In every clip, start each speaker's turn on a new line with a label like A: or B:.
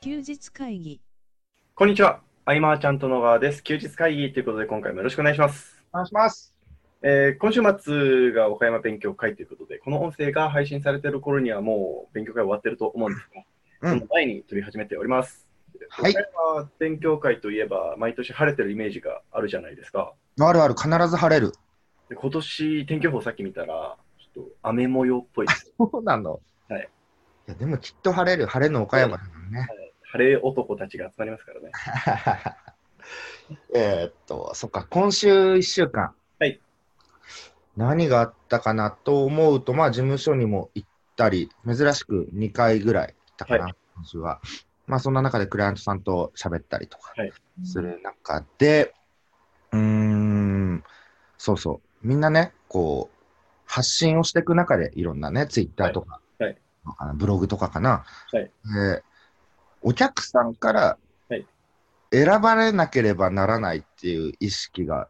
A: 休日会議
B: こんにちは。アイマーちゃんと野川です。休日会議ということで、今回もよろしくお願いします。
C: お願いします。
B: えー今週末が岡山勉強会ということで、この音声が配信されている頃にはもう勉強会終わってると思うんですが、
C: うん
B: その前に取り始めております。
C: はい
B: 岡山勉強会といえば、毎年晴れてるイメージがあるじゃないですか。
C: あるある、必ず晴れる。
B: で今年、天気予報さっき見たら、ちょっと雨模様っぽいです。
C: そうなの。
B: はい
C: いや、でもきっと晴れる、晴れの岡山だからね。
B: 晴れ男たちが集まりますからね。
C: えーっと、そっか、今週1週間。
B: はい。
C: 何があったかなと思うと、まあ、事務所にも行ったり、珍しく2回ぐらい行ったかな、
B: は
C: 今週は。まあ、そんな中でクライアントさんと喋ったりとか
B: はい
C: する中で、うーん、そうそう、みんなね、こう、発信をしていく中で、いろんなね、ツイッターと
B: はいは
C: か、
B: い
C: のかなブログとかかな、
B: はい
C: でお客さんから
B: はい
C: 選ばれなければならないっていう意識が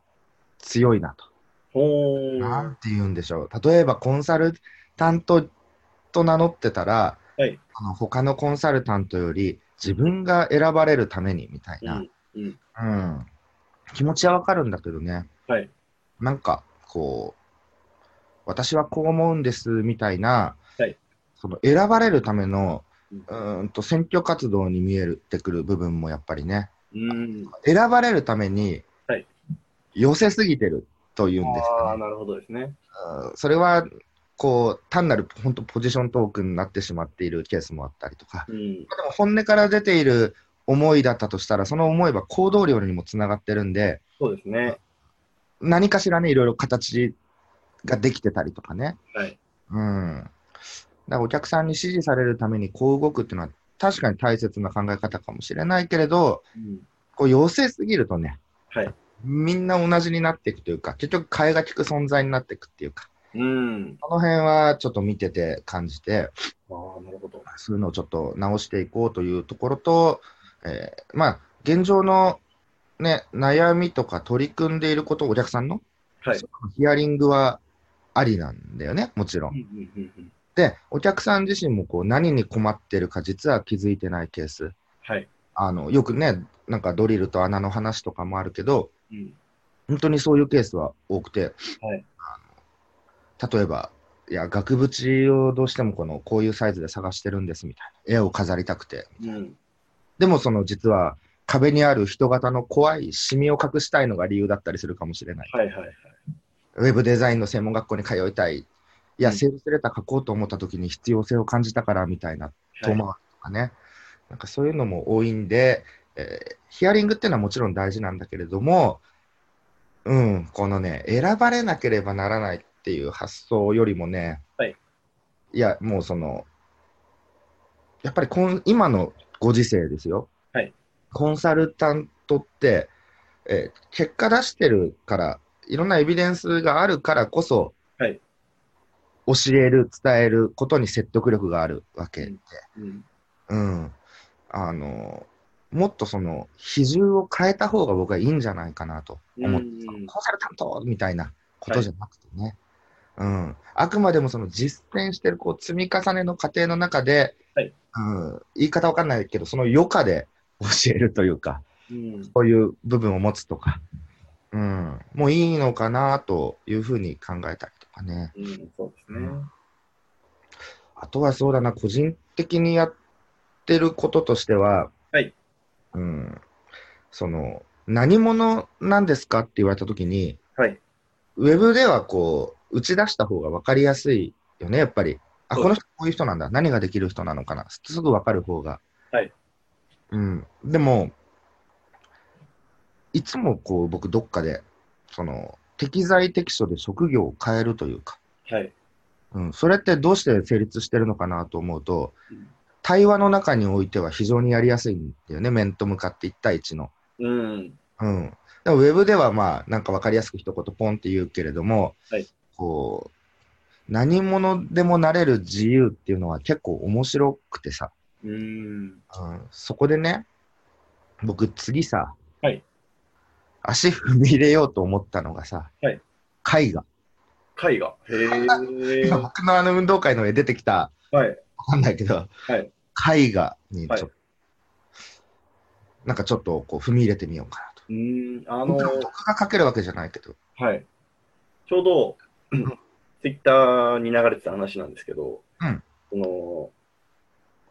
C: 強いなと。
B: ほー。
C: なんて言うんでしょう。例えばコンサルタントと名乗ってたら、
B: はい
C: あの他のコンサルタントより自分が選ばれるためにみたいな、
B: うんうん
C: うん気持ちはわかるんだけどね、
B: はい
C: なんかこう、私はこう思うんですみたいな、
B: はい
C: その選ばれるための
B: う
C: うんーんと選挙活動に見えてくる部分もやっぱりね、
B: うん。
C: 選ばれるために
B: はい
C: 寄せすぎてるというんですかね
B: ああ、なるほどですね。
C: うんそれはこう単なる本当ポジショントークになってしまっているケースもあったりとか、
B: うん。
C: でも本音から出ている思いだったとしたら、その思いは行動量にもつながってるんで、
B: そうですね。
C: 何かしらね、いろいろ形ができてたりとかね。
B: はい。
C: うん。だからお客さんに支持されるためにこう動くっていうのは、確かに大切な考え方かもしれないけれど、
B: うん
C: こう寄せすぎるとね、
B: はい
C: みんな同じになっていくというか、結局替えが利く存在になっていくっていうか、
B: うん。
C: この辺はちょっと見てて感じて、
B: ああ、なるほど。
C: そういうのをちょっと直していこうというところと、えーまあ、現状の、ね、悩みとか取り組んでいること、お客さんの
B: はい。
C: ヒアリングはありなんだよね、もちろ
B: うん
C: ん。
B: うんうんうん
C: で、お客さん自身もこう何に困ってるか、実は気づいてないケース。
B: はい。
C: あのよくね、なんかドリルと穴の話とかもあるけど、
B: うん。
C: 本当にそういうケースは多くて、
B: はい
C: あの例えば、いや、額縁をどうしてもこのこういうサイズで探してるんですみたいな、絵を飾りたくて、
B: うん。
C: でもその実は壁にある人型の怖いシミを隠したいのが理由だったりするかもしれない。
B: はいはいはい。
C: ウェブデザインの専門学校に通いたい。いや、
B: うん
C: セールスレター書こうと思った時に必要性を感じたからみたいな
B: はい
C: 遠回りとかね。なんかそういうのも多いんで、えーヒアリングっていうのはもちろん大事なんだけれども、うん、このね、選ばれなければならないっていう発想よりもね、
B: はい、
C: いや、もうその、やっぱりこん今のご時世ですよ。
B: はい
C: コンサルタントって、えー結果出してるから、いろんなエビデンスがあるからこそ、
B: はい
C: 教える、伝えることに説得力があるわけで、
B: うん
C: うん、あのもっとその比重を変えた方が僕はいいんじゃないかなと思って、
B: うん
C: そのコンサルタントみたいなことじゃなくてね、うん、あくまでもその実践してるこう積み重ねの過程の中で、
B: はい
C: うん、言い方わかんないけどその余暇で教えるというか
B: うん。
C: そういう部分を持つとか、うん、もういいのかなというふうに考えたりとかね。
B: うん。そうですね。
C: あとはそうだな、個人的にやってることとしては、
B: はい
C: うん、その何者なんですかって言われたときに、
B: はい。
C: ウェブではこう打ち出した方が分かりやすいよね、やっぱり。あ、
B: そう
C: この人こういう人なんだ、何ができる人なのかな、すすぐ分かる方が。
B: はい
C: うん、でも、いつもこう僕、どっかでその適材適所で職業を変えるというか、
B: はい。
C: うん、それってどうして成立してるのかなと思うと
B: うん、
C: 対話の中においては非常にやりやすいんだよね、面と向かって1対1の。
B: うん。
C: うん、でもウェブではまあ、なんか分かりやすく一言ポンって言うけれども、
B: はい
C: こう、何者でもなれる自由っていうのは結構面白くてさ、
B: うん。
C: うん、そこでね、僕次さ、
B: はい
C: 足踏み入れようと思ったのがさ、
B: はい
C: 絵画。
B: 絵画。へえ。は
C: 僕のあの運動会の絵出てきた
B: い。
C: わかんないけど、
B: はい
C: 絵画にちょっと、なんかちょっとこう踏み入れてみようかなと。
B: うーん、あ
C: あの
B: の、
C: 僕が書けるわけじゃないけど。
B: はい。ちょう ど、ツイッターに流れてた話なんですけど、
C: うん
B: その、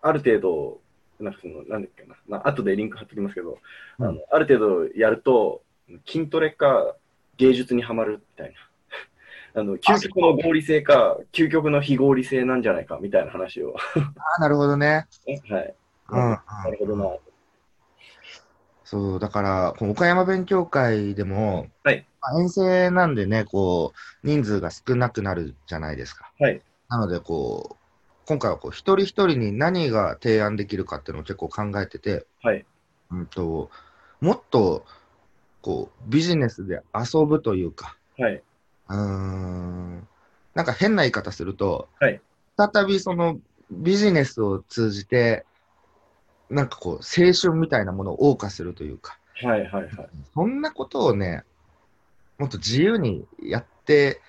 B: ある程度、なんかその、なんだっけな、まあ後でリンク貼っときますけど、
C: うん
B: あのある程度やると、筋トレか芸術にはまるみたいな。 あの、究極の合理性か、究極の非合理性なんじゃないかみたいな話を。
C: ああ、なるほどね。
B: はい。
C: うん、うん
B: なるほどな。
C: そう、だから、こう岡山勉強会でも、
B: はい
C: まあ遠征なんでね、こう、人数が少なくなるじゃないですか。
B: はい
C: なので、こう、今回はこう、一人一人に何が提案できるかっていうのを結構考えてて、
B: はい。
C: うんと、もっと、こう、ビジネスで遊ぶというか、
B: はい。
C: うーん、なんか変な言い方すると、
B: はい
C: 再びそのビジネスを通じて、なんかこう、青春みたいなものを謳歌するというか、
B: はい。はい。はい。
C: そんなことをね、もっと自由にやって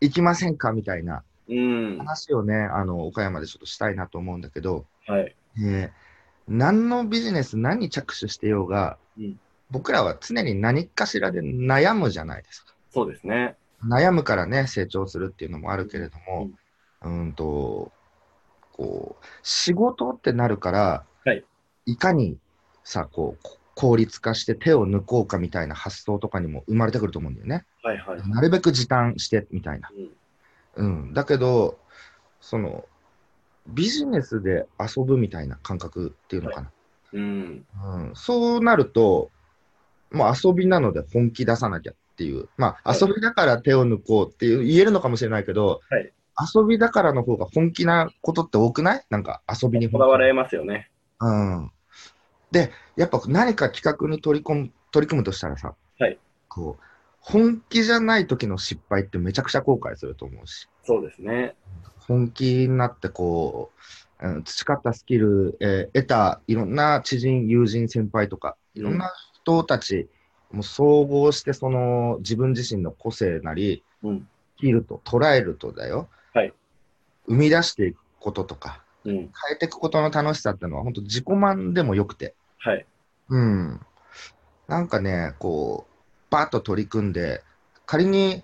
C: いきませんかみたいな
B: うん。は
C: 話をね、あの、岡山でちょっとしたいなと思うんだけど、
B: い。
C: えー何のビジネス、何に着手してようが、
B: うん
C: 僕らは常に何かしらで悩むじゃないですか。
B: そうですね。
C: 悩むからね、成長するっていうのもあるけれども、うん、と、こう、仕事ってなるから、
B: はい、
C: かにさ、こう、こ効率化して手を抜こうかみたいな発想とかにも生まれてくると思うんだよね。
B: はい。はい。
C: なるべく時短してみたいな。
B: うん
C: うん。だけど、その、ビジネスで遊ぶみたいな感覚っていうのかな。
B: うん。
C: うん、そうなると、もう遊びなので本気出さなきゃっていう、まあ、
B: はい
C: 遊びだから手を抜こうっていう言えるのかもしれないけど、
B: はい
C: 遊びだからの方が本気なことって多くないなんか遊びに
B: こ
C: 本
B: だ
C: 気
B: われますよね。
C: うん。で、やっぱ何か企画に取り込む取り組むとしたらさ、
B: はい
C: こう本気じゃない時の失敗ってめちゃくちゃ後悔すると思うし。
B: そうですね。
C: 本気になってこう、うん、培ったスキル、えー得たいろんな知人、友人、先輩とか、いろんな人たち、もう総合してその自分自身の個性なり、
B: うん。
C: スキルと捉えるとだよ、
B: はい
C: 生み出していくこととか、
B: うん。
C: 変えていくことの楽しさってのは、本当自己満でもよくて、
B: はい。
C: うん。なんかね、こう、バーッと取り組んで、仮に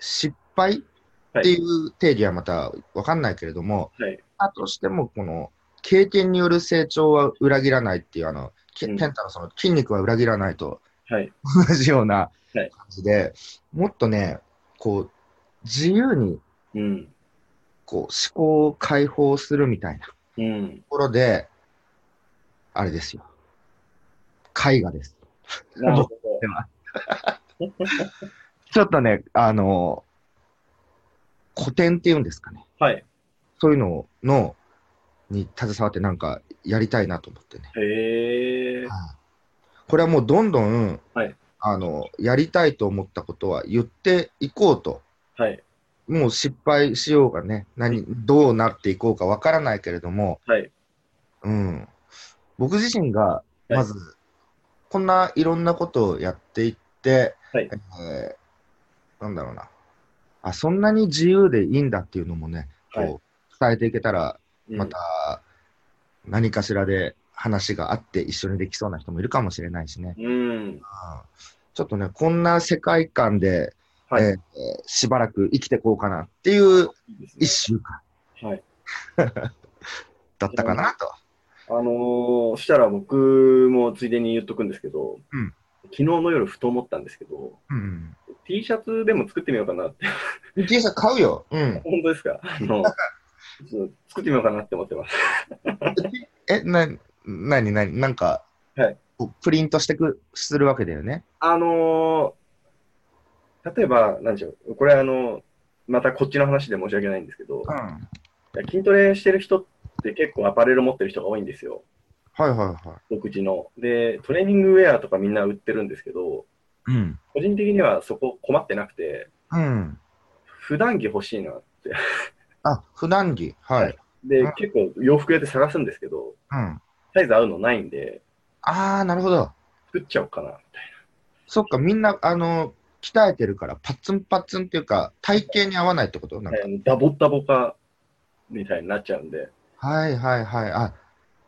C: 失敗っていう定義はまた分かんないけれども、
B: はい。
C: だとしても、この経験による成長は裏切らないっていう、あの、け
B: うん
C: ペンタのその筋肉は裏切らないと
B: はい。
C: 同じような
B: はい
C: 感じで、もっとね、こう、自由に
B: うん。
C: こう思考を解放するみたいなと
B: うん。
C: ころで、あれですよ。絵画です。
B: なるほ
C: ちょっとね、あの、古典っていうんですかね。
B: ど。はい。
C: そういうのの、に携わってなんかやりたいなと思ってね。
B: へえ。
C: はいこれはもうどんどん、
B: はい
C: あのやりたいと思ったことは言っていこうと、
B: はい。
C: もう失敗しようがね、何どうなっていこうかわからないけれども、
B: はい。
C: うん、僕自身が
B: い
C: まず、こんないろんなことをやっていって、
B: はい
C: えーなんだろうなあ、そんなに自由でいいんだっていうのもね、
B: はい
C: こう伝えていけたら、
B: うん
C: ま。た何かしらで話があって一緒にできそうな人もいるかもしれないしね。
B: うん。
C: ちょっとね、こんな世界観で、
B: はい
C: えーしばらく生きてこうかなっていう
B: いいですね
C: 一週間
B: はい。
C: だったかなと。
B: あのー、したら僕もついでに言っとくんですけど、
C: うん
B: 昨日の夜ふと思ったんですけど、
C: うん、
B: T シャツでも作ってみようかなって。
C: T シャツ買うよ。うん、
B: 本当ですかあ の、ちょっと作ってみようかなって思ってます。
C: え、な、なになになんか、
B: はい
C: こうプリントしてく、するわけだよね。
B: あのー例えば、なんでしょう、これあの、またこっちの話で申し訳ないんですけど、
C: ん。はい
B: 筋トレしてる人って結構アパレル持ってる人が多いんですよ、
C: はいは
B: 独自の。で、トレーニングウェアとかみんな売ってるんですけど、
C: い。うん。
B: 個人的にはそこ困ってなくて、
C: うん。
B: 普段着欲しいなって。
C: あ、普段着。は
B: はいい。で
C: うん、
B: 結構洋服屋で探すんですけど、
C: うん。
B: サイズ合うのないんで、
C: あー、なるほど。
B: 作っちゃおうかな、みたい
C: そっか、みんな、あの、鍛えてるから、パッツンパッツンっていうか、体型に合わないってことなんか
B: な。はいダボダボか、みたいになっちゃうんで。
C: はいはいはい。あ、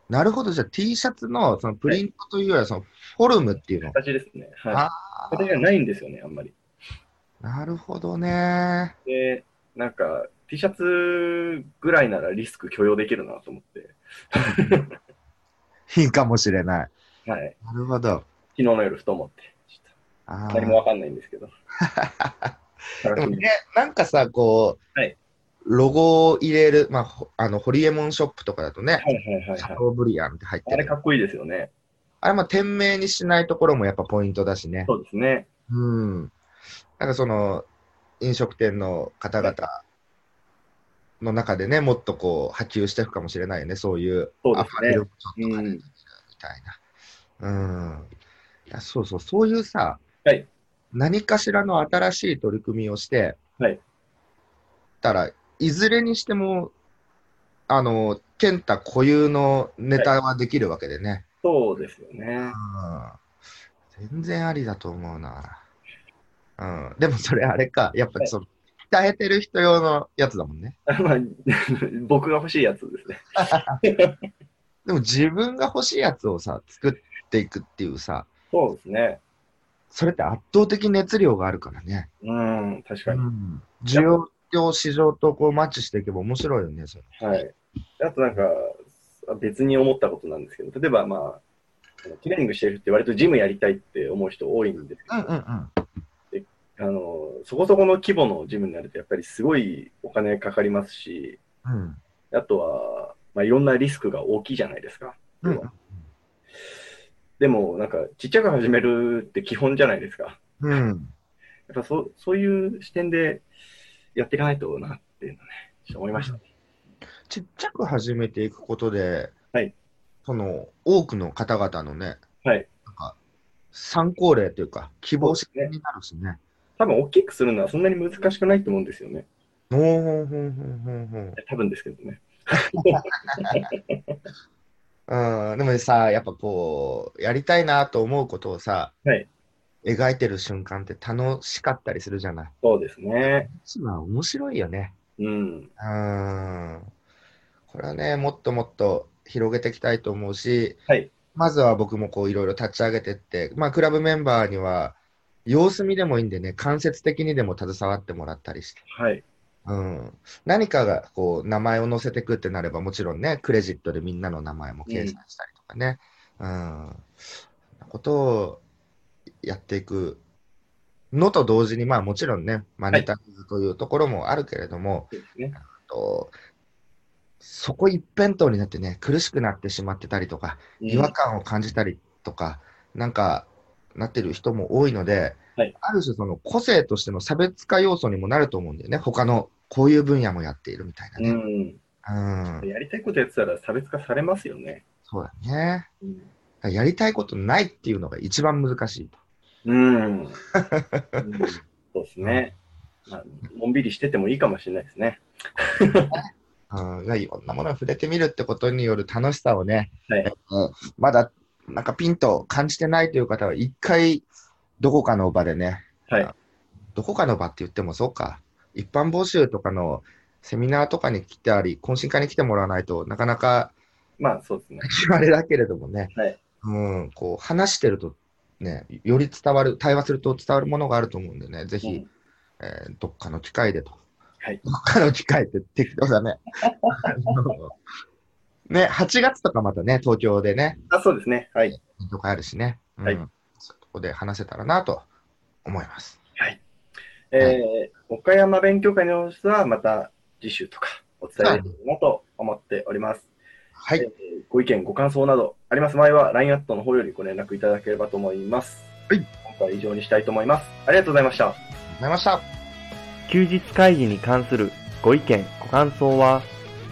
C: なるほど、じゃあ T シャツのそのプリントというよりはそのフォルムっていうの。
B: 形ですね。
C: あ
B: はい。形がないんですよね、あんまり。
C: なるほどね。
B: で、なんか、T シャツぐらいならリスク許容できるなと思って、
C: いいかもしれない。
B: はい。
C: なるほど。
B: 昨日の夜、ふと思って、ちょっ
C: あ
B: と
C: ー
B: 何もわかんないんですけど。楽
C: で
B: し
C: も
B: み
C: ね、なんかさ、こう、
B: はい
C: ロゴを入れる、まあほ、あのホリエモンショップとかだとね、
B: はいはいはい
C: シ
B: は
C: ャ
B: い。
C: トーブリアンって入っ
B: あ
C: て
B: れ
C: る。
B: かっこいいですよね。
C: あれ、まあ、店名にしないところもやっぱポイントだしね。
B: そうですね。
C: うん。なんかその、飲食店の方々の中でね、もっとこう、波及していくかもしれないよね、そういう
B: そうで
C: ア
B: す
C: パ
B: ね
C: レルをちょっと
B: う
C: 兼ねてみ
B: ん。
C: たいな。うん。いや、そうそう、そういうさ、
B: はい
C: 何かしらの新しい取り組みをして、
B: はい
C: たら、いずれにしても、あの、健太固有のネタはできるわけでね。
B: そうですよね。
C: うん。全然ありだと思うな。うん。でもそれあれか、やっぱその、鍛えてる人用のやつだもんね。
B: まあ、 僕が欲しいやつですね。
C: でも自分が欲しいやつをさ、作っていくっていうさ、
B: そうですね。
C: それって圧倒的熱量があるからね。
B: うん、確か
C: う
B: に。
C: ん需要と市場とこうマッチしていけば面白いよね、それ。
B: はい。あとなんか、別に思ったことなんですけど、例えばまあ、トレーニングしてる人って割とジムやりたいって思う人多いんですけど、
C: ん
B: あの、そこそこの規模のジムになるとやっぱりすごいお金かかりますし、
C: うん。
B: あとは、まあいろんなリスクが大きいじゃないですか。
C: うん。
B: でもなんか、ちっちゃく始めるって基本じゃないですか。
C: うん。
B: やっぱそう、そういう視点でやっていかないとなっていうのね、ちょっと思いました。
C: ちっちゃく始めていくことで、
B: はい
C: その多くの方々のね、
B: はい
C: なんか参考例というか、希望者になるしね。
B: 多分大きくするのはそんなに難しくないと思うんですよね。
C: おーほんほんほんほんほん
B: 多分ですけどね。
C: うん、でもさ、やっぱこう、やりたいなと思うことをさ、
B: はい
C: 描いてる瞬間って楽しかったりするじゃない。
B: そうですね。
C: 一番面白いよね。
B: うん。
C: うーんこれはね、もっともっと広げていきたいと思うし、
B: はい
C: まずは僕もこういろいろ立ち上げてって、まあ、クラブメンバーには、様子見でもいいんでね、間接的にでも携わってもらったりして、
B: はい。
C: うん、何かがこう名前を載せてくってなれば、もちろんね、クレジットでみんなの名前も掲載したりとかね、うん、そんなことをやっていくのと同時に、まあ、もちろんね、マネタイズというところもあるけれども、
B: そうですね。
C: と、そこ一辺倒になってね、苦しくなってしまってたりとか、違和感を感じたりとか、なんか、なってる人も多いので、
B: はい
C: ある種その個性としての差別化要素にもなると思うんだよね。他のこういう分野もやっているみたいな
B: う
C: ね。
B: ん。
C: うん、
B: やりたいことやってたら差別化されますよね。
C: そうだね。
B: うん。
C: やりたいことないっていうのが一番難しいと。
B: うん うんそうですね。まあ、のんびりしててもいいかもしれないですね。
C: うん、いろんなものに触れてみるってことによる楽しさをね、
B: はい
C: うんまだなんかピンと感じてないという方は、一回どこかの場でね、
B: はい。
C: どこかの場って言ってもそうか、一般募集とかのセミナーとかに来たり、懇親会に来てもらわないとなかなか
B: まあ、そうですね。
C: あれだけれどもね、
B: はい
C: うん、こう話してると、ね、より伝わる、対話すると伝わるものがあると思うんでね、ぜひ、
B: うん
C: えーどっかの機会でと。
B: はい
C: どっかの機会って適当 だね。あのね、8月とかまたね、東京でね、
B: あ、そうですね。はい。
C: とかあるしね、うん
B: はい
C: そういうとこで話せたらなと思います。
B: えー、岡山勉強会の様子はまた次週とかお伝えできるなと思っております。
C: はい、
B: えーご意見、ご感想などあります場合は LINE アットの方よりご連絡いただければと思います。
C: はい
B: 今回は以上にしたいと思います。ありがとうございました。
C: ありがとうございました。
A: 休日会議に関するご意見、ご感想は、